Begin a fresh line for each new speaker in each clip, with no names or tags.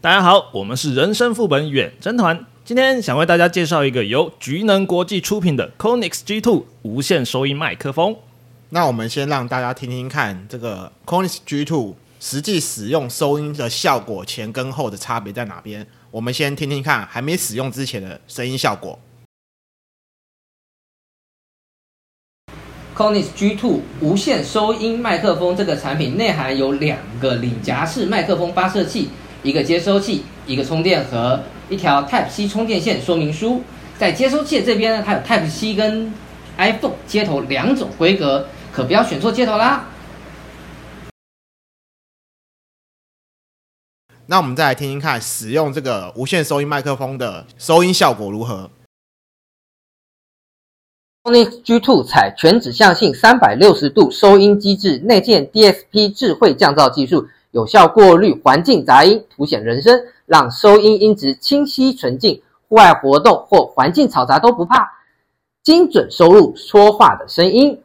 大家好，我们是人生副本远征团，今天想为大家介绍一个由菊能国际出品的 c o n i x G2 无线收音麦克风。
那我们先让大家听听看这个 c o n i x G2 实际使用收音的效果前跟后的差别在哪边。我们先听听看还没使用之前的声音效果。
c o n i s G2 无线收音麦克风这个产品内含有两个领夹式麦克风发射器、一个接收器、一个充电盒、一条 Type C 充电线说明书。在接收器的这边呢，它有 Type C 跟 iPhone 接头两种规格，可不要选错接头啦。
那我们再来听听看使用这个无线收音麦克风的收音效果如何。
Onyx G2 采全指向性三百六十度收音机制，内建 DSP 智慧降噪技术，有效过滤环境杂音，凸显人声，让收音音质清晰纯净，户外活动或环境嘈杂都不怕，精准收录说话的声音。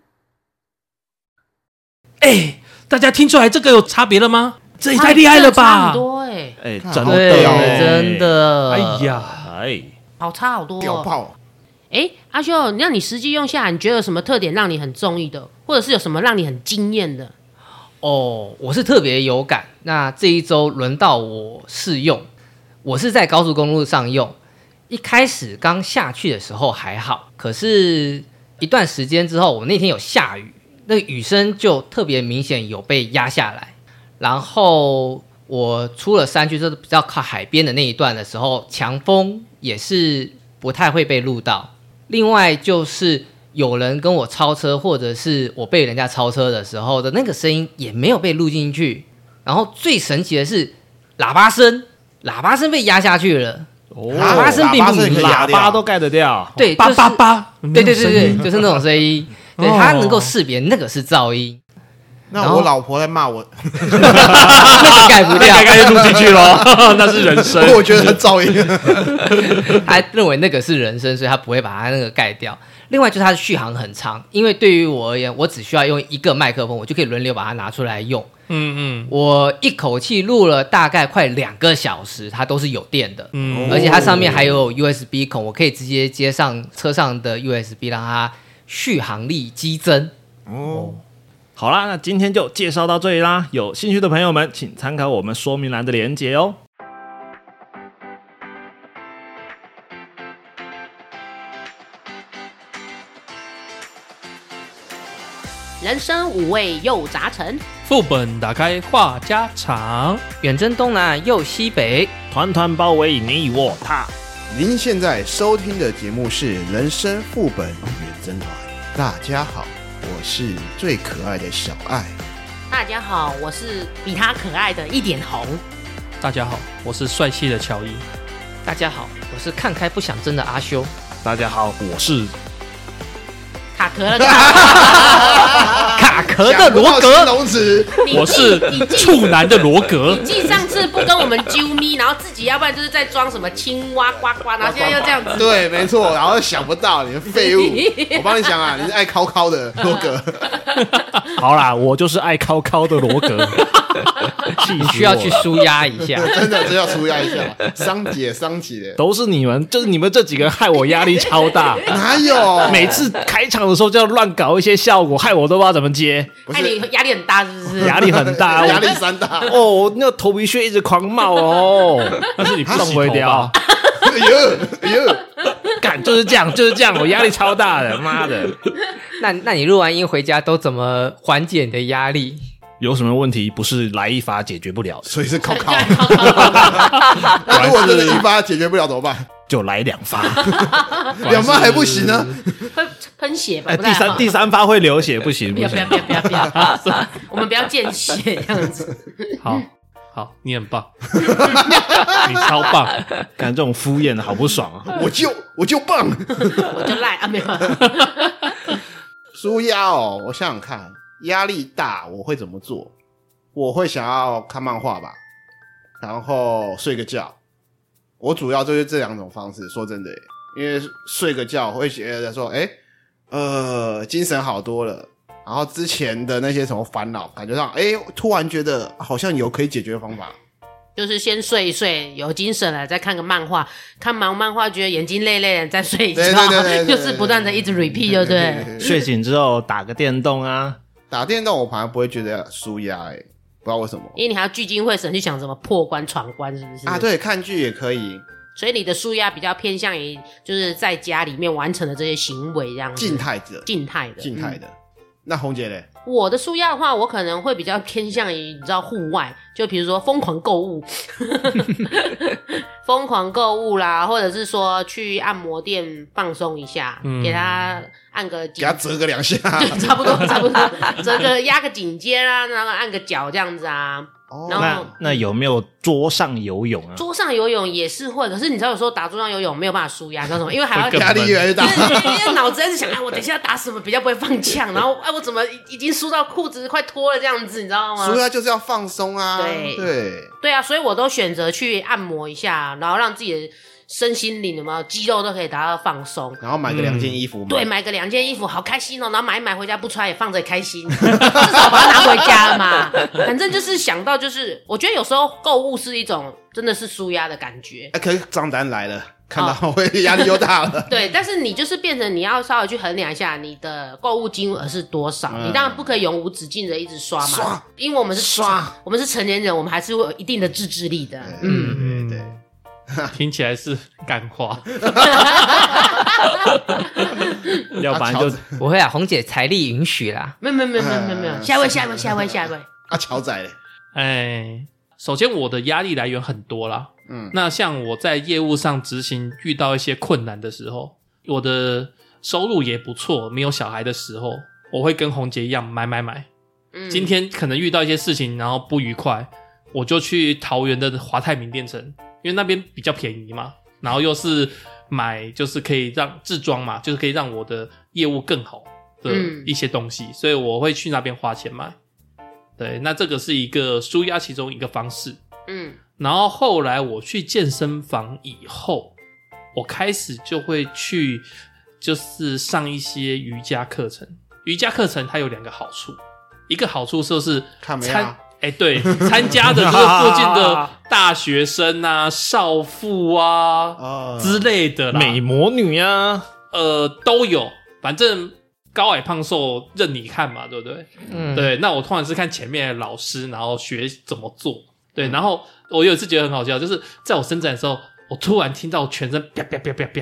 哎，大家听出来这个有差别了吗？这也哎太厉害了
差
吧
很！多哎，
哎、
看
真
好
的
对屌哦
哎
真，的，
哎，呀，
哎，
好差好多
屌
哦。
爆！
哎，阿秀，那你实际用下来，你觉得有什么特点让你很中意的，或者是有什么让你很惊艳的？
哦，我是特别有感。那这一周轮到我试用，我是在高速公路上用。一开始刚下去的时候还好，可是一段时间之后，我那天有下雨，那个雨声就特别明显有被压下来。然后我出了山区，就是比较靠海边的那一段的时候，强风也是不太会被录到。另外就是有人跟我超车，或者是我被人家超车的时候的那个声音也没有被录进去。然后最神奇的是喇叭声，喇叭声被压下去了。
哦
喇叭声并不
声可以
明
压啊
喇
掉
叭都盖得掉，
对，
哦叭
就是
叭叭，
对
没
对
有声
对
音
对，就是那种声音，对
哦
它能够识别那个是噪音，
那我老婆在骂 我，
那个盖不掉
那，盖就录进去喽， 那是人声。
我觉得很噪音。
他认为那个是人声，所以他不会把它那个盖掉。另外就是它的续航很长，因为对于我而言，我只需要用一个麦克风，我就可以轮流把它拿出来用。
嗯嗯
我一口气录了大概快两个小时，它都是有电的，
嗯，
而且它上面还有 USB 孔，我可以直接接上车上的 USB，让它续航力激增。
哦，
好啦，那今天就介绍到这里啦。有兴趣的朋友们，请参考我们说明栏的连结哦。
人生五味又杂陈，
副本打开话家常，
远征东南又西北，
团团包围你我他，
您现在收听的节目是《人生副本远征团》，大家好，我是最可爱的小爱。
大家好，我是比他可爱的一点 红。
大家好，我是帅气的乔伊，
大家好，我是看开不想争的阿修。
大家好，我是
卡壳了，卡
啊
卡壳的罗
想不到
格
形，容词，
壳你
我是
记你记
处男的罗格，
继上次不跟我们啾咪，然后自己要不然就是在装什么青蛙呱呱，然后现在又这样子。
对，没错，然后想不到，你的废物，我帮你想啊，你是爱考考的罗格，
好啦，我就是爱靠靠的罗格， 气 死
你
我
需要去
了
舒压一下。
真的真要出压一下，伤姐伤姐，
都是你们，就是你们这几个人害我压力超 大，
哪有？
每次开场的时候就要乱搞一些效果，害我都不知道怎么接，
不
哎，你
是
压力很大是不是？
压力很 大，
压力山大，
我哦，我那个头皮屑一直狂冒 哦，
但是你不
动
洗
不
头
掉
吧？，
哎呦哎呦，
干就是这样，就是这样，我压力超大的，妈的，
那那你录完音回家都怎么缓解你的压力？
有什么问题不是来一发解决不了的，
所以是考考。
好
那如果真的一发解决不了怎么办？
就来两发，
两发还不行呢？
会喷血吧？
哎，
不
第
太好
三第三发会流血，不行
不
不
要不
行
要，不要不要不要，我们不要见血这样子。
好好，你很棒，你超棒，
干这种敷衍的好不爽啊！
我就我就棒，
我就赖啊，没有啊，
舒压哦。我想想看，压力大我会怎么做？我会想要看漫画吧，然后睡个觉。我主要就是这两种方式。说真的耶，因为睡个觉会觉得说，哎、呃，精神好多了。然后之前的那些什么烦恼，感觉上，哎、突然觉得好像有可以解决的方法。
就是先睡一睡，有精神了再看个漫画，看完漫画觉得眼睛累累了再睡一觉，
对对 对对嗯对
就是不断的一直 repeat，对不对？
睡醒之后打个电动啊，
打电动我反而不会觉得舒压，哎，不知道为什么
因为你还要聚精会神去想怎么破关闯关，是不是
啊？，对，看剧也可以，
所以你的舒压比较偏向于就是在家里面完成的这些行为，这样子
静态的，
静态的。
静态的。
嗯
那红姐嘞？
我的舒压的话，我可能会比较偏向于你知道户外，就比如说疯狂购物， 疯狂购物啦，或者是说去按摩店放松一下，
嗯
给他按个
给
颈
他，折个两下
对， 差不多差不多，这个压个颈肩啊，然后按个脚这样子啊。
哦
然后
那那有没有桌上游泳 啊？
桌上游泳也是会，可是你知道有时候打桌上游泳没有办法舒压，你知道什么？因为还要
会更
压力越来越大
因。为因为脑子一直想，哎，我等一下打什么比较不会放枪，然后哎，我怎么已已经输到裤子快脱了这样子，你知道吗？
舒压就是要放松啊，
对
对，
对啊，所以我都选择去按摩一下，然后让自己的身心灵有没有肌肉都可以达到放松。
然后买个两件衣服嘛，
对，买个两件衣服，好开心哦！然后买一买回家不穿也放着也开心，至少把它拿回 家嘛。反正就是想到，就是我觉得有时候购物是一种真的是舒压的感觉，
哎，可是账单来
哦
了，看到会压力又大了。
对。但是你就是变成你要稍微去衡量一下你的购物金额是多少，
嗯
你当然不可以永无止境的一直刷嘛，
刷
因为我们是
刷，
我们是成年人，我们还是会有一定的自制力的，嗯。
嗯，
嗯
对，
听起来是干话，
要不然就
我会啊，红姐财力允许啦。
没有没有没有没有没有没有，
嗯
下一位呃下一位下一位下一位，
啊，乔仔嘞，
哎，首先我的压力来源很多啦。
嗯，
那像我在业务上执行遇到一些困难的时候，我的收入也不错，没有小孩的时候，我会跟红姐一样买买买。
嗯
今天可能遇到一些事情，然后不愉快，我就去桃园的华泰名店城，因为那边比较便宜嘛，然后又是买就是可以让自装嘛，就是可以让我的业务更好的
嗯
一些东西，所以我会去那边花钱买。对，那这个是一个舒压其中一个方式。
嗯
然后后来我去健身房以后，我开始就会去，就是上一些瑜伽课程。瑜伽课程它有两个好处，一个好处就是
看没
参
啊
哎、对， 参加的就是附近的大学生啊、少妇 啊
哦，
之类的啦，
美魔女啊，
呃都有，反正高矮胖瘦任你看嘛，对不对？
嗯，，
对，那我通常是看前面的老师，然后学怎么做。对，然后我有一次觉得很好笑，就是在我伸展的时候，我突然听到全身啪啪啪啪啪，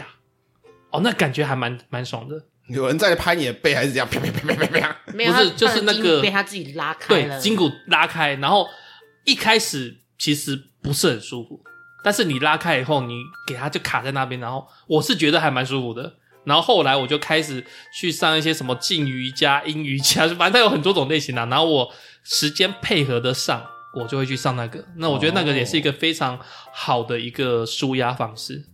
哦，那感觉还蛮蛮爽的。
有人在拍你的背，还是这样啪啪啪啪啪啪？
没有，
不是
他
就是
他的
那
筋
个
被他自己拉开
对，
了，
筋骨拉开，然后一开始其实不是很舒服，但是你拉开以后，你给它就卡在那边，然后我是觉得还蛮舒服的。然后后来我就开始去上一些什么静瑜伽、阴瑜伽，反正它有很多种类型啦、然后我时间配合得上，我就会去上那个。那我觉得那个也是一个非常好的一个舒压方式。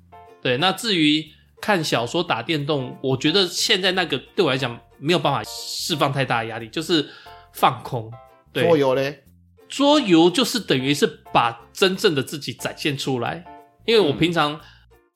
对，那至于看小说、打电动，我觉得现在那个对我来讲没有办法释放太大的压力，就是放空。对，
桌游嘞，
桌游就是等于是把真正的自己展现出来。因为
嗯
我平常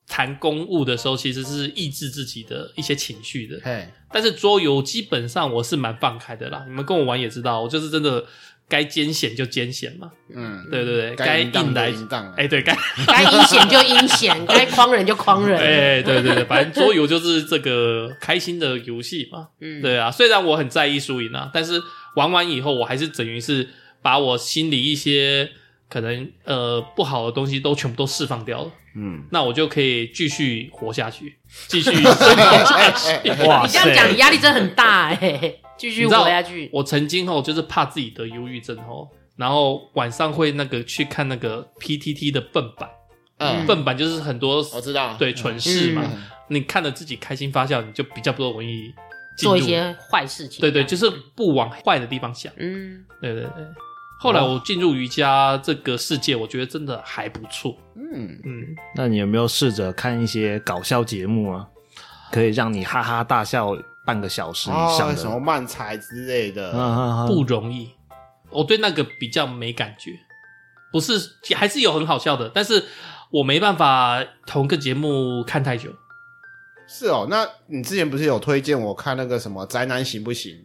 谈公务的时候，其实是抑制自己的一些情绪的，
嘿，
但是桌游基本上我是蛮放开的啦。你们跟我玩也知道，我就是真的该艰险就艰险嘛，
嗯，
对对对，
该
该
淫荡
硬来
就，淫荡，
哎，对，该
该阴险就 阴险，该诓人就诓人，
哎，对对对，反正桌游就是这个开心的游戏嘛。
嗯，
对啊，虽然我很在意输赢啊，但是玩完以后，我还是等于是把我心里一些可能呃不好的东西都全部都释放掉了，
嗯，
那我就可以继续活下去，继续生活下去。
哇
你这样
塞，
讲你压力真的很大哎，继续
你知道
活下去，
我曾经哦，就是怕自己得忧郁症哦，然后晚上会那个去看那个 PTT 的笨版，
嗯
笨版就是很多
我知道，
对蠢事嘛，
嗯
你看了自己开心发笑，你就比较不容易进入
做一些坏事情，
对对，就是不往坏的地方想。
嗯
对对对。后来我进入瑜伽这个世界，我觉得真的还不错。
嗯，
嗯，
那你有没有试着看一些搞笑节目啊？可以让你哈哈大笑半个小时以上
哦，
的。
什么漫才之类的，
嗯
啊啊啊
不容易。我对那个比较没感觉，不是还是有很好笑的，但是我没办法同个节目看太久。
是哦，那你之前不是有推荐我看那个什么宅男行不行？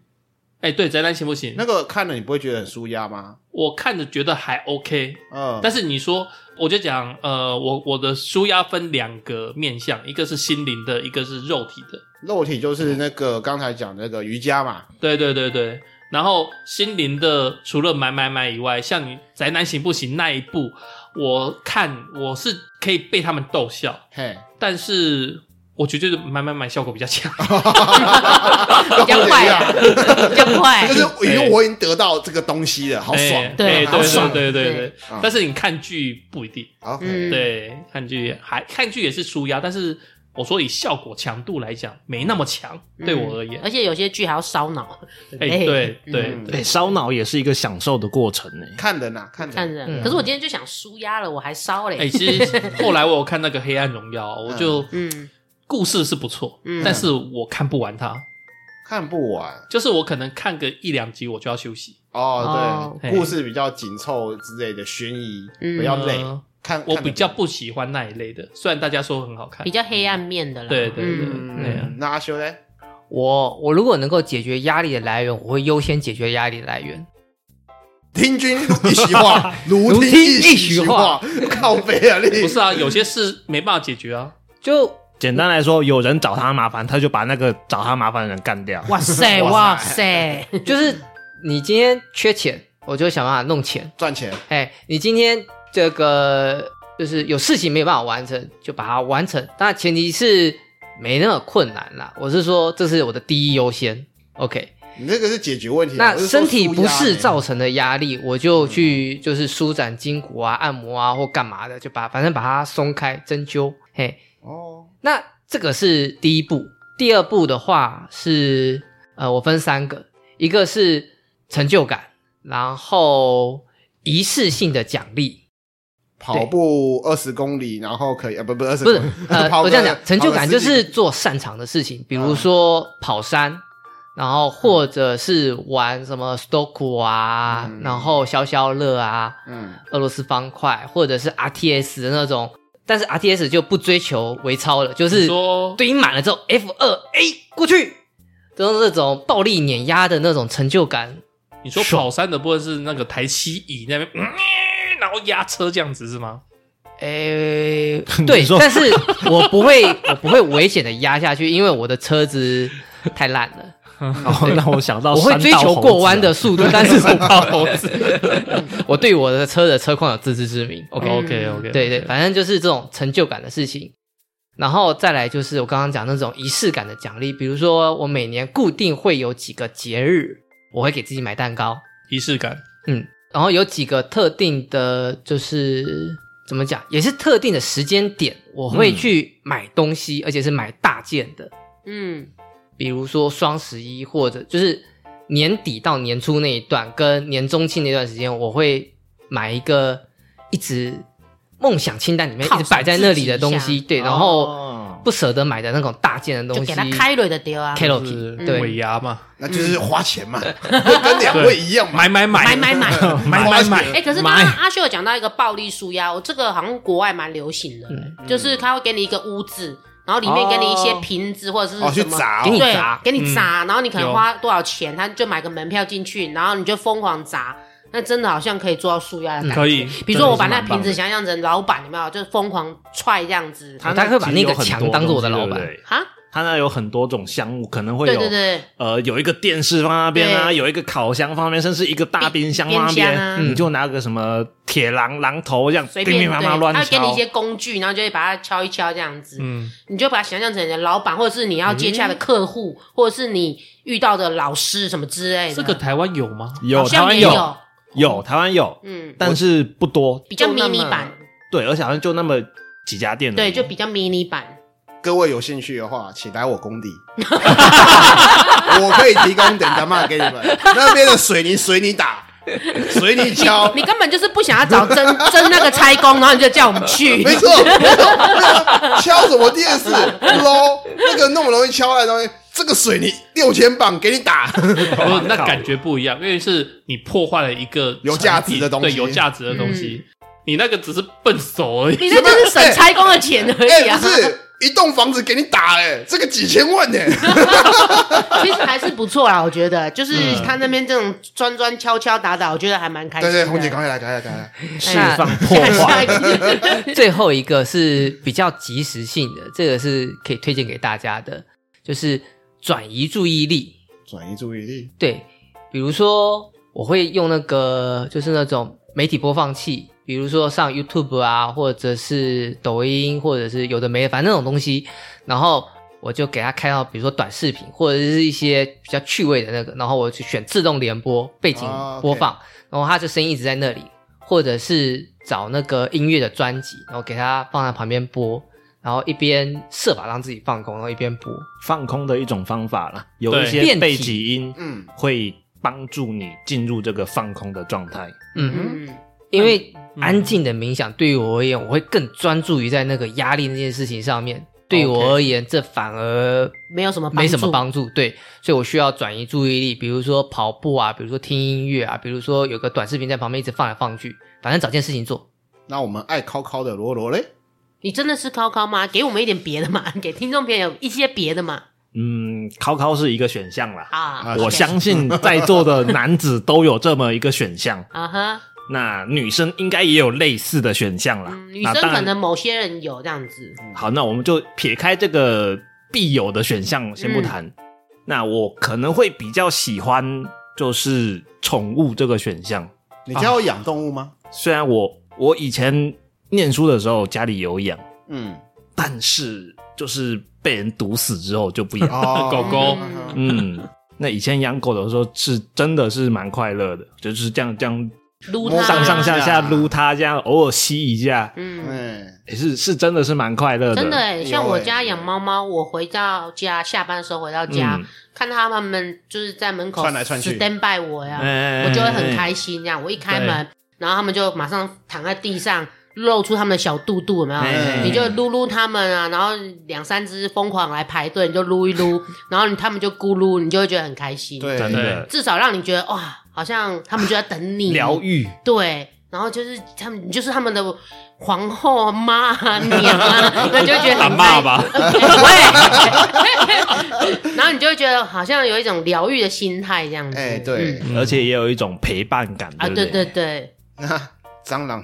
哎、对，宅男行不行？
那个看了你不会觉得很舒压吗？
我看着觉得还 OK，
嗯，
但
是
是你说，我就讲，呃，我我的舒压分两个面向，一个是心灵的，一个是肉体的。
肉体就是那个刚才讲那个瑜伽嘛，
对对对对。然后心灵的除了买买买以外，像你宅男行不行那一部，我看我是可以被他们逗笑，
嘿，
但是我觉得买买买效果比较强。
比较快啊， 比较快
就。是因为我已经得到这个东西了，好爽。啊
哎哎
对
好爽
对对对对
对
对
嗯。
但是你看剧不一定，
好，
嗯
对，看剧还看剧也是舒压，但是我说以效果强度来讲，没那么强，对我而言。
嗯而且有些剧还要烧脑，
哎、
哎
对对
嗯
对，
哎、烧脑也是一个享受的过程欸呢、
看人呐，看
看
人，
着
嗯。
可是我今天就想舒压了，我还烧嘞
哎、。其实后来我有看那个《黑暗荣耀》，我就
嗯
故事是不错，
嗯
但是我看不完它，
看不完
就是我可能看个一两集我就要休息，
哦
哦。
对，
嘿
故事比较紧凑之类的，悬疑
嗯
比较累
嗯，
看
我
看得
比较不喜欢那一类的。虽然大家说很好看
比，较黑暗面的啦。
对对对，
嗯
对啊
嗯，那阿修嘞，
我我如果能够解决压力的来源，我会优先解决压力的来源。
听君一席话，如
如
听
听
一
一
席
席
话
话，
靠背啊你
不是啊，有些事没办法解决啊。
就
简单来说，有人找他麻烦，他就把那个找他麻烦的人干掉。
哇塞
哇
哇
塞
塞，
就是你今天缺钱，我就想办法弄钱。
赚钱，
哎，你今天这个就是有事情没有办法完成，就把它完成。当然前提是没那么困难啦。我是说，这是我的第一优先。OK，
你这个是解决问题啊。
那
我是说
身体
舒压嗯
不适
呢
造成的压力，我就去就是舒展筋骨啊、按摩啊或干嘛的，就把反正把它松开、针灸。嘿，
哦，
那这个是第一步，第二步的话是呃，我分三个，一个是成就感，然后仪式性的奖励，
跑步二十公里，然后可以啊，不不二十
不是 呃，
跑
我
个嗯
这样讲，成就
跑
感
个
就
十
是
几
做擅长的事情，比如说跑山。然后或者是玩什么 Stoku 啊，
嗯
然后消消乐啊，
嗯
俄罗斯方块，或者是 RTS 的那种，但是 RTS 就不追求微超了，就是
你说
对应满了之后，F 二 A 过去，就是那种暴力碾压的那种成就感。
你说跑山的部分是那个台七乙那边，嗯然后压车这样子是吗？
诶、
你
对
说，
但是我不会， 我不会危险的压下去，因为我的车子太烂了。
哦，让我想到
我会
山道
追求
猴
过
子
弯
啊
的 速度，但是我怕猴子。 我对我的车的车况有自知之明。OK，
OK OK，
对对，反正就是这种成就感的事情。然后再来就是我刚刚讲那种仪式感的奖励，比如说我每年固定会有几个节日，我会给自己买蛋糕，
仪式感，
嗯，然后有几个特定的，就是怎么讲，也是特定的时间点，我会去买东西，而且是买大件的，
嗯，
比如说双十一或者就是年底到年初那一段跟年中期那段时间，我会买一个一直梦想清单里面一
犒
直
赏
摆在那里的东
自己
西，对，然
哦
后不舍得买的那种大件的
就
东西
给他开了的丢啊，
，Hello
是
Kitty，
尾
对，
牙嘛，
那就是花钱嘛，
嗯
跟两位一样嘛，
买买买
买买 买。
买
花
买
钱
买，
哎、可是刚刚阿秀有讲到一个暴力舒压，我这个好像国外蛮流行的、
嗯
嗯
就是他会给你一个屋子，然后里面给你一些瓶子或者是
哦去
什么。
砸哦
给你
对
砸，
给
嗯
你砸，然后你可能
有
花多少钱，他就买个门票进去，然后你就疯狂砸，那真的好像可以做到舒压的感觉。
可以，
比如说我把
嗯真的
那
是蛮棒
瓶
的
子想象成老板，有没有？就疯狂踹这样子。
他
他会把
其实有
那个
很
墙
多
当作我的
东西
老板
对不对
啊，
他那有很多种项目，可能会有
对对对，
呃有一个电视放那边啊，
对
有一个烤箱放那边，甚至一个大冰箱放那
冰
边，嗯
冰箱啊
你就拿个什么铁榔榔头这样
随
乒
便
乒乓乓
对，
乱
他会给
敲
你一。些工具，然后就会把它敲一敲这样子。
嗯，
你就把它想象成你的老板，或者是你要接洽的客户，或者是你遇到的老师什么之类的。
这个台湾有吗？
有
好
台
像
湾
也
有有台湾有，
嗯，
但是不多，
比较
就那么
mini 版，
对，而且好像就那么几家店而已，
对，就比较 mini 版。
各位有兴趣的话，请来我工地， 我可以提供等他妈给你们。 那边的水泥随你打，随你敲，
你根本就是不想要找真 真那个差工，然后你就叫我们去。
没错，没有没有敲什么电视喽，那个那么容易敲烂的东西，这个水泥六千磅给你打，
不，那感觉不一样，因为是你破坏了一个
有价值的东西
对，有价值的东西，你那个只是笨手而已。
嗯你这就是省差工的钱而
哎、
已啊！
不是，一栋房子给你打哎、这个几千万呢、
其实还是不错啦，我觉得，就是他那边这种钻钻敲敲打打，我觉得还蛮开
对
心的。
对，红姐，赶快来，赶快来，赶快来！
释 放破
下
坏
一。个
最后一个是比较及时性的，这个是可以推荐给大家的，就是转移注意力。
转移注意力，
对，比如说我会用那个就是那种媒体播放器，比如说上 YouTube 啊，或者是抖音，或者是有的没的，反正那种东西，然后我就给他开到比如说短视频或者是一些比较趣味的那个，然后我去选自动联播背景
哦，OK
播放，然后他就声音一直在那里，或者是找那个音乐的专辑，然后给他放在旁边播。然后一边设法让自己放空，然后一边播。
放空的一种方法啦，有一
对
些
变体
背景音
嗯，
会帮助你进入这个放空的状态。
嗯，
嗯，
因为安静的冥想对于我而言，我会更专注于在那个压力那件事情上面。对我而言，这反而
没有什么帮助
没什么帮助。对，所以我需要转移注意力，比如说跑步啊，比如说听音乐啊，比如说有个短视频在旁边一直放来放去，反正找件事情做。
那我们爱靠靠的罗罗嘞，
你真的是高高吗？给我们一点别的嘛， 给听众朋友一些别的嘛
嗯，考考是一个选项啦。
啊！
我
OK
相信在座的男子都有这么一个选项，
啊哈，
那女生应该也有类似的选项啦。
嗯女
那
生
当
可
然
能某些人有这样子，
好，那我们就撇开这个必有的选项先不
嗯
谈。那我可能会比较喜欢就是宠物这个选项，
你家有养动物吗？
虽然我我以前念书的时候家里有养，
嗯，
但是就是被人毒死之后就不养。
哦，
狗狗
嗯
嗯，那以前养狗的时候是真的是蛮快乐的，就是这样这样
撸它
上上下下
啊
撸它，这样偶尔吸一下，
嗯，
嗯，
也是是真的是蛮快乐的。
真的欸，
有
像我
欸
家养猫猫，我回到家下班的时候回到家
嗯，
看到他们就是在门口
窜来窜去
stand by 我呀，
哎
我就会很开心这样。我一开门，然后他们就马上躺在地上。露出他们的小肚肚，有没有？
哎
啊你就撸撸他们啊，然后两三只疯狂来排队，你就撸 一撸，然后他们就咕噜，你就会觉得很开心。，
对，
哎真的
至少让你觉得哇，好像他们就在等你
疗愈。
对，然后就是他们，你就是他们的皇后妈啊、娘啊，那你就会觉得
打
很
骂
开
吧，
对，然后你就会觉得好像有一种疗愈的心态这样子。
哎，对
嗯，
而且也有一种陪伴感，
啊，
不
对对
对？
对，
那蟑螂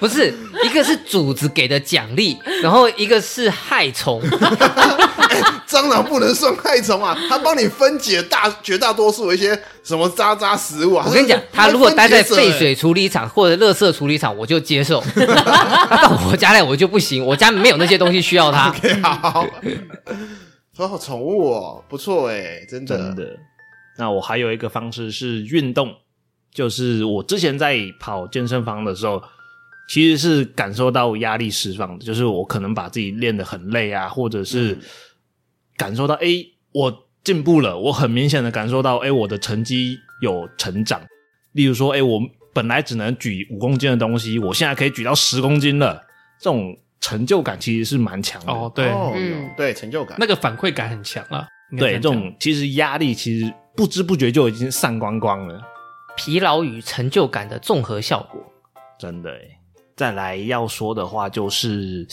不是，一个是主子给的奖励，然后一个是害虫。
蟑螂不能算害虫啊，它帮你分解大绝大多数的一些什么渣渣食物啊。
我跟你讲，他
它
如果待在
是分解
废
者欸
水处理厂或者垃圾处理厂，我就接受。他到我家来我就不行，我家没有那些东西需要他。
OK，好。说 好宠物哦，不错哎，真
真
的。
的。那我还有一个方式是运动，就是我之前在跑健身房的时候，其实是感受到压力释放的，就是我可能把自己练得很累啊，或者是
嗯
感受到哎、诶我进步了，我很明显的感受到哎、诶我的成绩有成长。例如说，哎、我本来只能举五公斤的东西，我现在可以举到十公斤了，这种成就感其实是蛮强的。
哦，对，
哦
嗯
有对，成就感。
那个反馈感很强啊。应该
对，这
样讲
种其实压力其实不知不觉就已经散光光了，
疲劳与成就感的综合效果。
真的欸。再来要说的话就是，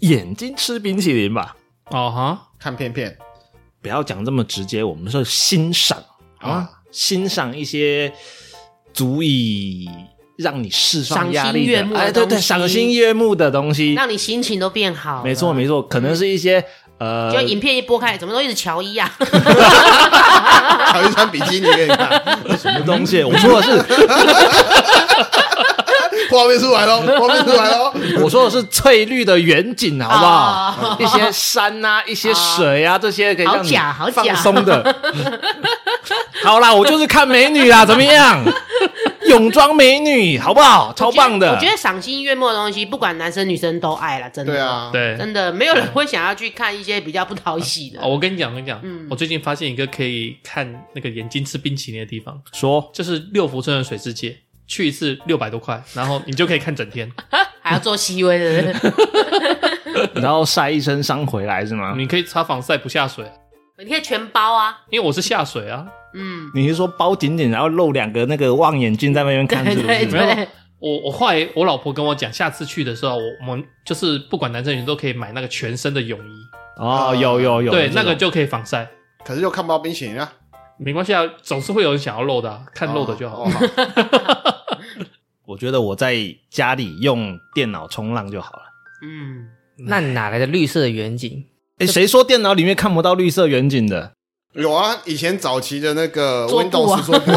眼睛吃冰淇淋吧，
哦哈，
看片片
不要讲这么直接，我们说欣赏，
啊，
欣赏一些足以让你释放压力
赏心悦目
的，
的
哎，对对，
东西
赏心悦目的东西，
让你心情都变好。
没错没错，可能是一些呃，
就影片一播开，怎么都一直乔伊啊？
还有一穿比基尼给你看，
什么东西，我说的是
画面出来喽，画面出来喽。
我说的是翠绿的远景，好不好
哦？
一些山啊，一些水啊，这些可以让
好
你
假好假
放松的。 好啦，我就是看美女啊 啦，怎么样？泳装美女，好不好？超棒的
我觉得。我觉得赏心悦目的东西，不管男生女生都爱了，真的。
对，啊，
对，
真的没有人会想要去看一些比较不讨喜的
哦，。我跟你讲，我跟你讲，
嗯
我最近发现一个可以看那个眼睛吃冰淇淋的地方，
说
就是六福村的水世界，去一次六百多块，然后你就可以看整天，
还要做细微的人，
然后晒一身伤回来是
嗯
吗？
你可以擦防晒不下水，
你可以全包啊。
因为我是下水啊，
嗯，
你是说包紧紧，然后露两个那个望远镜在那边看，
对
是不
对
是？
没有
对，
我我后来我老婆跟我讲，下次去的时候，我我们就是不管男生女生都可以买那个全身的泳衣，
哦，有有有，
对，那个
这种
就可以防晒，
可是又看不到冰淇淋啊，
没关系啊，总是会有人想要露的、啊，看露的就 好。
哦。哦
我觉得我在家里用电脑冲浪就好了。
嗯，
那你哪来的绿色的远景？
哎，谁说电脑里面看不到绿色远景的？
有啊，以前早期的那个
桌布
Windows
啊
桌布，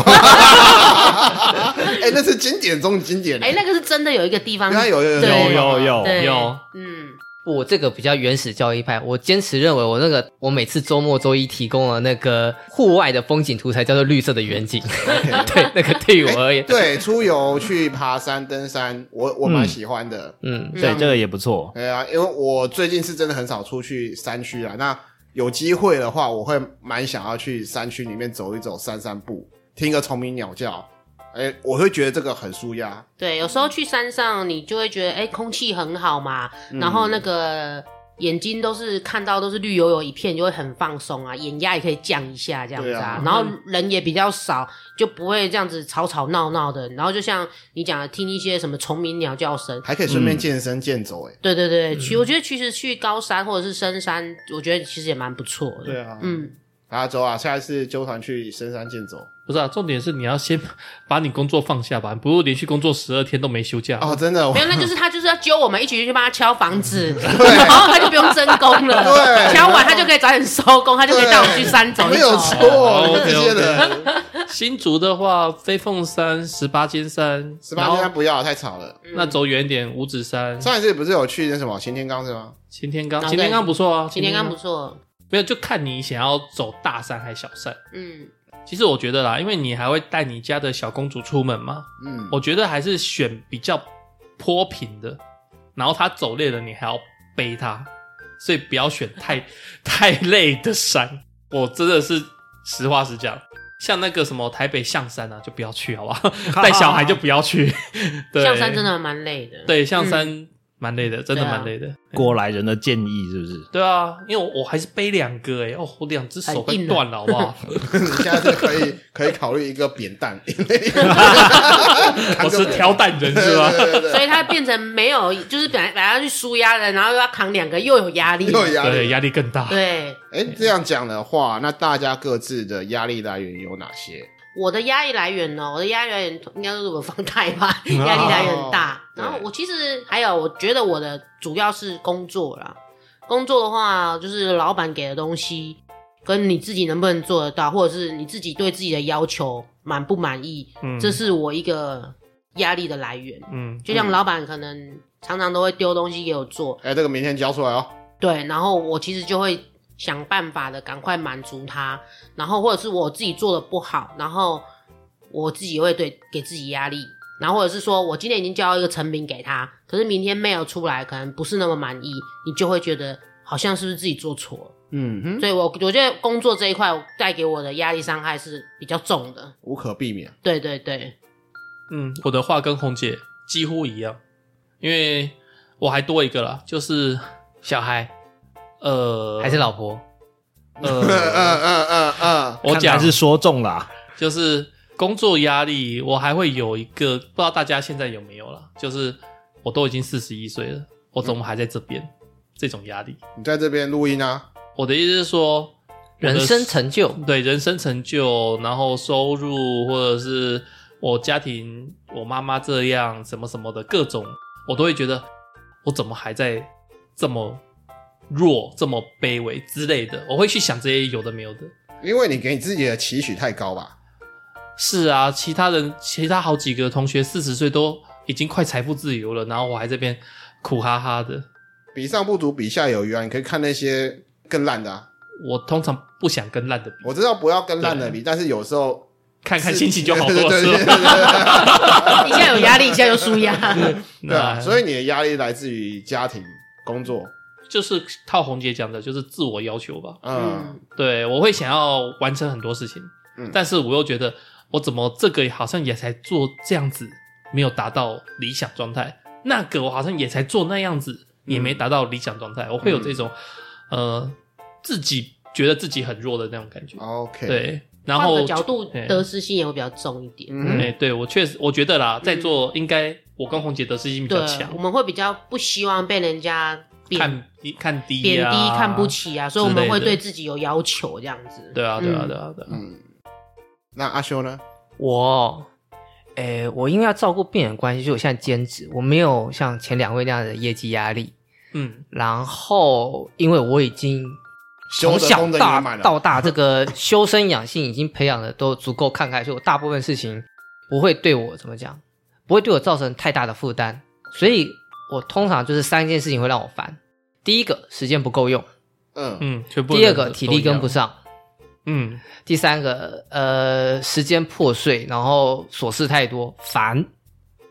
哎，那是经典中的经典。
哎、那个是真的有一个地方
原来有有有
对
有有
对
有，
嗯，
我这个比较原始教义派，我坚持认为我那个我每次周末周一提供的那个户外的风景图才叫做绿色的远景， 对，那个对于我而言，
对，出游去爬山、登山，我我蛮
嗯
喜欢的。
嗯，
对，这个也不错。
对啊，因为我最近是真的很少出去山区啊。那有机会的话，我会蛮想要去山区里面走一走、散散步，听个虫鸣鸟叫。哎、我会觉得这个很舒压。
对，有时候去山上，你就会觉得，哎、空气很好嘛，
嗯
然后那个眼睛都是看到都是绿油油一片，就会很放松啊，眼压也可以降一下这样子
对啊
然后人也比较少，就不会这样子吵吵闹闹的。然后就像你讲的，听一些什么虫鸣鸟叫声，
还可以顺
嗯
便健身健走、哎、
对对对，去、我觉得其实去高山或者是深山，我觉得其实也蛮不错的。
对啊
嗯，
啊，走啊，下一次纠团去深山健走。
不是啊，重点是你要先把你工作放下吧，不如连续工作十二天都没休假。
哦，真的，我
没有，那就是他就是要揪我们一起去帮他敲房子，
对
然后他就不用真工了，
对
敲完他就可以早点收工，他就可以带我们去山走
没
一
有
走。
错，
OK，OK
这些人
新竹的话，飞凤山、十八尖山，
十八
然后
天他不要太吵了。
那走远一点，五指山、
上一次不是有去那什么擎天岗是吗？
擎天岗，
然后
擎天岗
再
不错啊，
嗯擎天刚不错，
没有，就看你想要走大山还小山。
嗯，
其实我觉得啦，因为你还会带你家的小公主出门嘛，
嗯，
我觉得还是选比较坡平的，然后她走累了，你还要背她，所以不要选太 太累的山。我真的是实话实讲，像那个什么台北象山啊，就不要去，好不好？ 带小孩就不要去。对，
象山真的嗯啊蛮累的。
对象山蛮累的，真的蛮累的。
过来人的建议是不是？
对啊，因为我我还是背两个哎、哦，我两只手快
很硬啊
断了，好不 好？
你下次可以可以考虑一个扁担，
我
啊
是挑担人是 吧？
对对对
所以他变成没有，就是本来本来要去舒压的，然后又要扛两个，又有压力。
又有压
对，
力。
压力更大。
对，
哎，这样讲的话，那大家各自的压力来源有哪些？
我的压力来源呢？我的压力来源应该都是我放贷 吧，
哦
压力来源很大。
对
然后我其实还有，我觉得我的主要是工作啦。工作的话，就是老板给的东西，跟你自己能不能做得到，或者是你自己对自己的要求满不满意，
嗯
这是我一个压力的来源。
嗯，
就像老板可能常常都会丢东西给我做，
哎，这个明天交出来哦。
对，然后我其实就会想办法的赶快满足他，然后或者是我自己做的不好，然后我自己会对给自己压力，然后或者是说我今天已经交一个成品给他，可是明天没有出来，可能不是那么满意，你就会觉得好像是不是自己做错了。
嗯哼，
所以我我觉得工作这一块带给我的压力伤害是比较重的。
无可避免。
对对对，
嗯，我的话跟红姐几乎一样，因为我还多一个啦，就是
小孩
呃，
还是老婆，
嗯嗯
呃，
嗯嗯嗯，
我
看
讲
来是说中了啊、
就是工作压力，我还会有一个不知道大家现在有没有啦，就是我都已经四十一岁了，我怎么还在这边？这种压力，
你在这边录音啊？
我的意思是说，我的
人生成就，
对人生成就，然后收入，或者是我家庭，我妈妈这样什么什么的各种，我都会觉得我怎么还在这么弱、这么卑微之类的，我会去想这些有的没有的。
因为你给你自己的期许太高吧？
是啊，其他人其他好几个同学四十岁都已经快财富自由了，然后我还这边苦哈哈的。
比上不足，比下有余啊！你可以看那些更烂的、啊。
我通常不想跟烂的比，
我知道不要跟烂的比，但是有时候
看看
是
心情就好多了，
对
是
对对
吧？
对
一下有压力，一下又舒压。
对对啊！
那
所以你的压力来自于家庭、工作。
就是套红姐讲的，就是自我要求吧。
嗯
嗯，
对，我会想要完成很多事情，
嗯
但是我又觉得我怎么这个好像也才做这样子，没有达到理想状态，那个我好像也才做那样子，也没达到理想状
嗯
态，我会有这种、呃自己觉得自己很弱的那种感
嗯
觉。
啊，OK，，
对，然
换
后
个角度
对
得失心也会比较重一点。
嗯
哎、对我确实我觉得啦，在座应该我跟红姐得失心比
嗯对
较，强
我，们会比较不希望被人家贬
看低看低
贬
呀
低、看不。起啊，所以我
之类
们
的
会对自己有要求这样子。
对啊，对啊，
嗯
对啊，对啊。
嗯，那阿修呢？
我，诶、我因为要照顾病人关系，所以我现在兼职，我没有像前两位那样的业绩压力。
嗯，
然后，因为我已经
修
从
德
小
功德圆满
大
了
到大，这个修身养性已经培养的都足够慷慨，所以我大部分事情不会对我怎么讲，不会对我造成太大的负担。所以我通常就是三件事情会让我烦：第一个，时间不够用；
嗯，
嗯，全部人
第二个，
都
体力跟不上；
都一样。嗯，
第三个，呃，时间破碎，然后琐事太多，烦，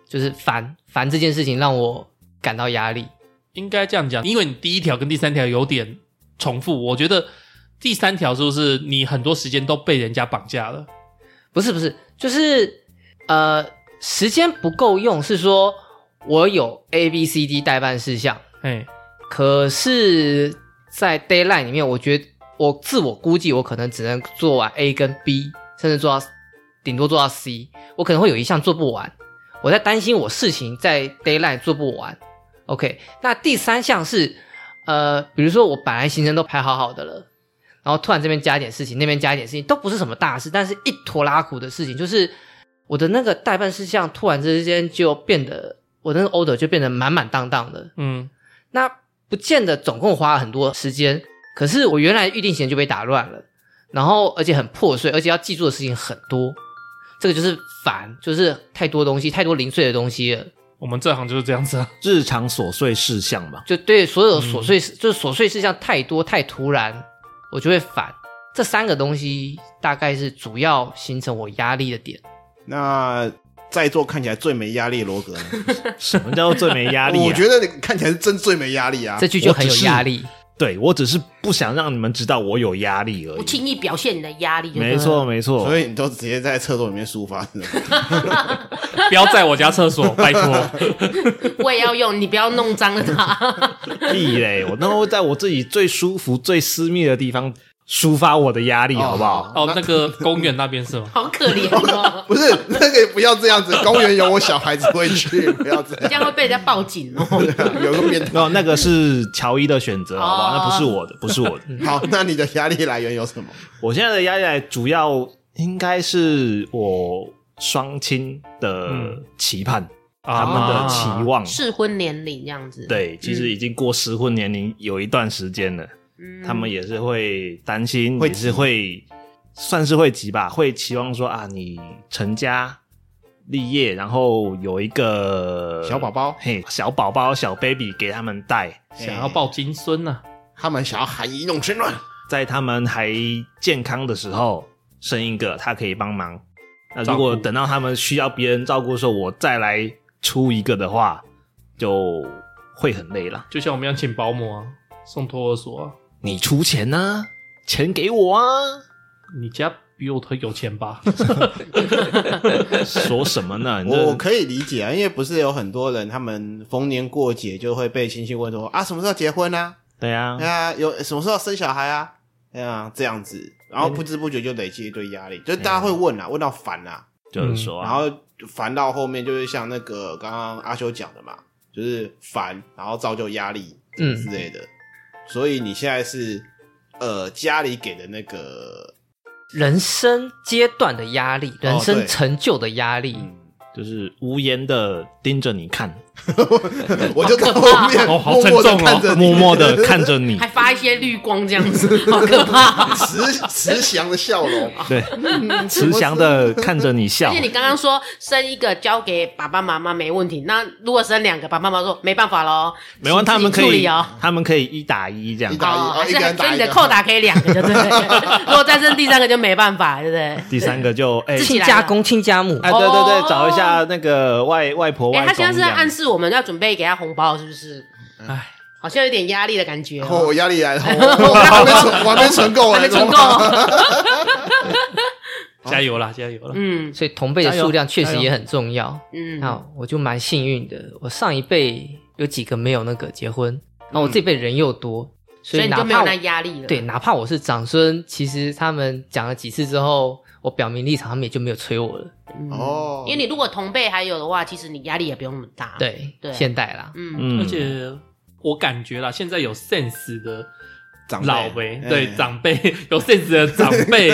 就是烦烦这件事情让我感到压力。
应该这样讲，因为你第一条跟第三条有点重复，我觉得第三条是不是你很多时间都被人家绑架了？
不是不是，就是呃，时间不够用，是说我有 A B C D 代办事项，
哎，
可是，在 d a y l i n e 里面，我觉得我自我估计，我可能只能做完 A 跟 B，甚至做到顶多做到 C，我可能会有一项做不完。我在担心我事情在 d a y l i n e 做不完。OK，那第三项是，呃，比如说我本来行程都排好好的了，然后突然这边加一点事情，那边加一点事情，都不是什么大事，但是一拖拉苦的事情，就是我的那个代办事项突然之间就变得，我的那个 order 就变得满满当当的。
嗯
那不见得总共花了很多时间，可是我原来预定时间就被打乱了，然后而且很破碎，而且要记住的事情很多，这个就是烦，就是太多东西，太多零碎的东西了，
我们这行就是这样子啊。
日常琐碎事项嘛。
就对所有琐碎事，就是琐碎事项太多太突然，我就会烦。这三个东西大概是主要形成我压力的点。
那在座看起来最没压力的罗格呢，
什么叫做最没压力、啊？
我觉得你看起来是真最没压力啊
这。句就很有压力。
对我只是不想让你们知道我有压力而
不
已。
轻易表现你的压力就对了
没错，，没错。
啊所以你都直接在厕所里面啊抒发， 是吗
不要在我家厕所，拜托。
我也要用，你不要弄脏 了它。
屁嘞！我能够在我自己最舒服、最私密的地方抒发我的压力，
哦
好不好？
哦，那个公园那边是吗？
好可怜哦，
不是那个不要这样子，公园有我小孩子会 去，不要这
这
样，
样会被人家报 警哦。
有个变态。
哦那那个是乔伊的选择，好不好？
哦
那不是我的，不是我的。
好，那你的压力来源有什么？
我现在的压力来主要应该是我双亲的
嗯
期盼，
啊
他们的期望。
适婚年龄这样子，
对，嗯其实已经过适婚年龄有一段时间了，
嗯，
他们也是会担心，
会
也是会算是会急吧，会期望说啊，你成家立业，然后有一个
小宝宝
嘿，小宝宝、小 baby 给他们带，
想要抱金孙呐、
哎他们想要含饴弄孙卵，
在他们还健康的时候生一个，他可以帮忙。那如果
照顾
等到他们需要别人照顾的时候，我再来出一个的话，就会很累了。
就像我们一样请保姆啊，送托儿所啊。
你出钱呢、钱给我啊！
你家比我有钱吧？
说什么呢？你这
我可以理解啊，因为不是有很多人他们逢年过节就会被亲戚问说啊什么时候结婚啊？
对啊
哎，呀，有什么时候生小孩啊？哎呀，这样子，然
嗯
后不知不觉就累积一堆压力，
哎
就是大家会问啊，问到烦啊，
就是说啊、
然后烦到后面就是像那个刚刚阿修讲的嘛，就是烦，然后造就压力，
嗯
之类的。所以你现在是呃家里给的那个，
人生阶段的压力，人生
对
成就的压力，
嗯，
就是无言的盯着你看，
我就在后面
哦好
默默的
沉重哦
看着你，
默默的看着你
还，发一些绿光这样子， 好可怕。
慈慈祥的笑容，
对，慈祥的看着你笑
而且。你刚刚说生一个交给爸爸妈妈没问题，那如果生两个，爸爸妈妈说没办法喽，
没完，他们可
请自己处
以
理哦。，
他们可以一打一这样
一。打
哦，还
一
是
个人
所以
打
你
一
的
个
扣打可以两个，对不 对？如果再生第三个就没办法，对不对？
第三个就哎，
自己
亲家公、亲家母，
哎，对对
哦
对，找一下那个外外婆外
哎、
公。
他现在是在暗
示，
示我们要准备给他红包，是不是？
哎，
好像有点压力的感觉、
然后
哦。
我压力来了，哦我我还没存，我还没存够，啊
还没存够。哦
加油啦，加油啦！
嗯
所以同辈的数量确实也很重要。
嗯，
那我就蛮幸运的，我上一辈有几个没有那个结婚，那我这辈人又多，所
嗯所以
以
你
哪
就没有
怕
那压力了。
对，哪怕我是长孙，其实他们讲了几次之后，我表明立场，他们也就没有催我了。
嗯
哦
因为你如果同辈还有的话，其实你压力也不用那么大。，
对，
啊对
现代啦，
嗯，
嗯，
而且我感觉啦，现在有 sense 的
长
老辈，
哎
对长辈 有 sense 的长辈，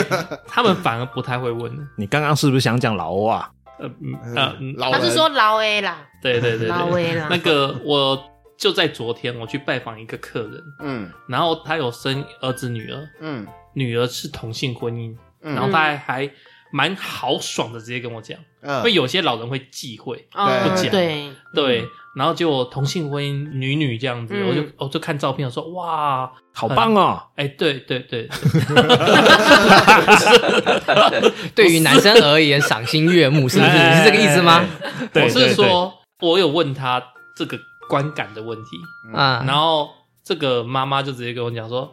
他们反而不太会问。
你刚刚是不是想讲老啊？
呃嗯
嗯
呃嗯，
老
他
人
是说老 A 啦，
对对对
老啊
对，
A 啦，
那个我就在昨天我去拜访一个客人，
嗯
然后他有生儿子女儿，
嗯
女儿是同性婚姻，
嗯，
然后他还还蛮豪爽的，直接跟我讲，因为
嗯
有些老人会忌讳，
哦
不
讲
对，
对，然后结果同性婚姻女女这样子，
嗯
我就我就看照片，我说哇，
好棒哦！
哎，对对对，
对于男生而言，赏心悦目，是不是？
哎
你是这个意思吗？
对
我是
对对
说我有问他这个观感的问题，
嗯
嗯
啊，
然后这个妈妈就直接跟我讲说，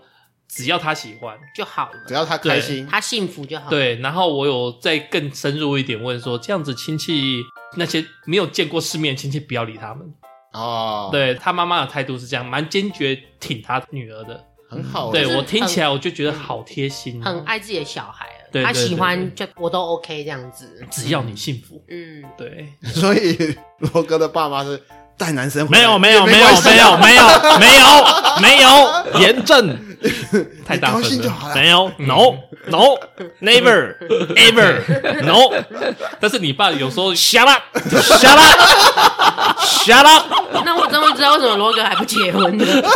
只要她喜欢，
就好
只
了，
要他开心，
他幸福就好。，
对，然后我有再更深入一点问说，这样子亲戚那些没有见过世面的亲戚不要理他们，
哦，，
对他妈妈的态度是这样，蛮坚决挺他女儿的，
很好，欸
对
就是
我听
很
起来我就觉得好贴心哦，
很爱自己的小孩了，
对对
他喜欢
对
就我都 OK 这样子。
只要你幸福，
嗯，
对。
所以罗哥的爸妈是带男生回来，
没有没有
也
没有
关系啊
没有没有没有没有严正
太
你
大
高
声
兴
了
就好了。
没有 no no never ever no
但是你爸有时候
shut up shut up shut up
那我终于知道为什么罗哥还不结婚了。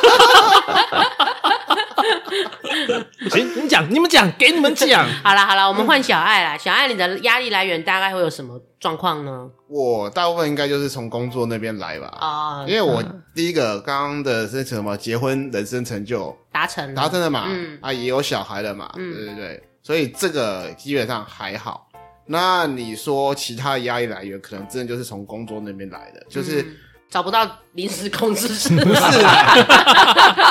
行，你讲你们讲给你们讲，
好啦好啦，我们换小爱啦。小爱，你的压力来源大概会有什么状况呢？
我大部分应该就是从工作那边来吧，
啊、
因为我第一个刚刚的是什么结婚人生成就
达成了
达成了嘛，
嗯
啊也有小孩了嘛，
嗯
对对对，所以这个基本上还好。那你说其他的压力来源，可能真的就是从工作那边来的，就是、
嗯找不到临时工资是
不 是啦，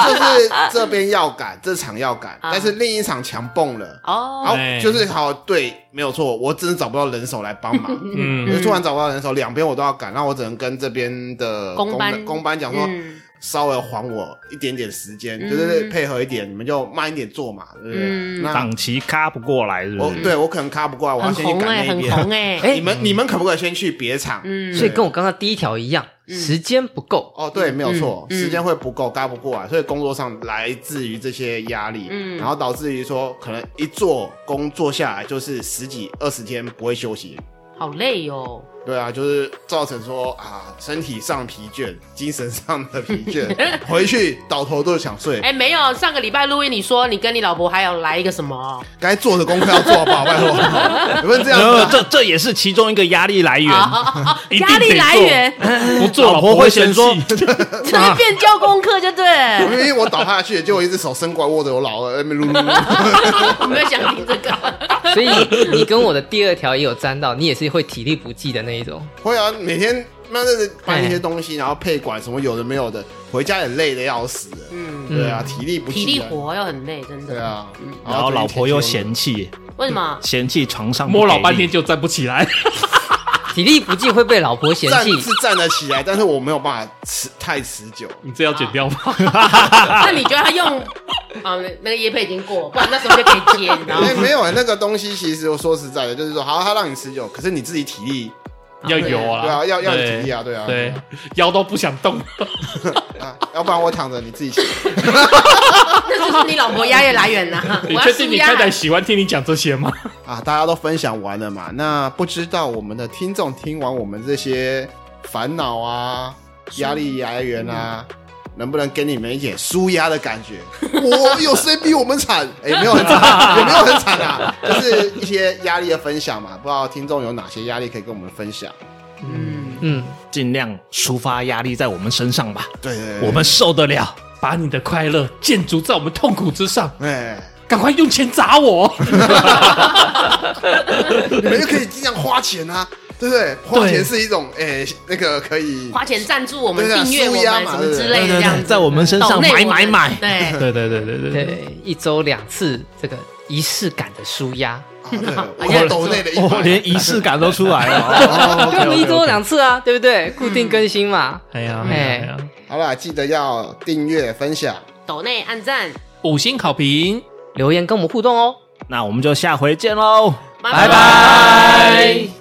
就是这边要赶，这场要赶，
嗯啊
但是另一场强蹦了，然
哦，
后
哎
就是好对，没有错，我真的找不到人手来帮忙，
嗯
就突然找不到人手，两边我都要赶，那我只能跟这边的
公班
的公班讲说，
嗯
稍微还我一点点时间，
嗯
就是配合一点，你们就慢一点做嘛，对不对？
嗯
那
档期卡不过来是嗯
我
不是？
对我可能卡不过来，我要
很
先去
红哎、
赶那
很
边。
红哎、
哎
你们你们可不可以先去别场？
嗯，
所以跟我刚刚第一条一样，
嗯
时间不够。
哦，对，没有错，
嗯嗯
时间会不够，赶不过来，所以工作上来自于这些压力，
嗯
然后导致于说，可能一做工做下来就是十几二十天不会休息，
好累哦，
对啊，就是造成说啊，身体上疲倦，精神上的疲 倦，回去倒头就想睡
哎、，没有，上个礼拜录音你说你跟你老婆还有来一个什么？
该做的功课要做好不好？拜 托，你们这样
然后
子啊
这这也是其中一个压力来源，一定
哦压力
得
来
做
源
不做老
老婆
婆会
会
先
生
说
气，
呃
就是变交功课就对
我
了，
明明我倒下去，结果一只手伸过来握着我老二，在那边噜噜噜。
我没有想听这个。
所以你跟我的第二条也有沾到，你也是会体力不济的那一种。
会啊，每天妈的搬一些东西，然后配管什么有的没有的，回家也累的要死。
嗯，
对啊，体力 不济
体
啊。
力活又很累，真的。
对啊，
然后老婆又嫌弃，
为什么？
嫌弃床上不
摸老
给
半
力
天，就站不起来。
体力不济会被老婆嫌
站
弃，
是站得起来，但是我没有办法持太持久。
你这要剪掉吗？
那你觉得他用啊？那个叶配已经过，不然那时候就可以接，你知道
哎，
吗？
没有啊，那个东西其实我说实在的，就是说，好，他让你持久，可是你自己体力，
要有啊，
对啊，要要你
对
体力啊，对啊，
对，腰都不想动。
啊，要不然我躺着你自己起来。
那就是你老婆压力来源呐、我
你
要
确定
舒
你
压
太。太喜欢听你讲这些 吗？
啊，大家都分享完了嘛？那不知道我们的听众听完我们这些烦恼啊、压力来源啊，能不能给你们一点舒压的感觉？我有谁比我们惨？哎、没有很惨，也没有很惨啊，就是一些压力的分享嘛。不知道听众有哪些压力可以跟我们分享？
嗯，
嗯，
尽量抒发压力在我们身上吧，
对对对，
我们受得了。
把你的快乐建筑在我们痛苦之上，
哎、
赶快用钱砸我！
你们就可以尽量花钱啊，对不对？花
对
钱是一种哎、那个可以
花钱赞助我们
对啊
订阅我
舒压
们
嘛啊
什么之类的这样子，
在我们身上
抖内
买
我们
买买。
对，
对对对对对对，
对，一周两次这个仪式感的舒 压，
啊，对，我抖内的一啊
哦，
百，
连仪式感都出来了。 哦
对，我们一周两次啊，对不对？固定更新嘛。
哎呀
嗯
哎呀哎呀，
好啦，记得要订阅分享。
抖内暗赞，
五星好评，
留言跟我们互动哦，
那我们就下回见喽，
拜
拜拜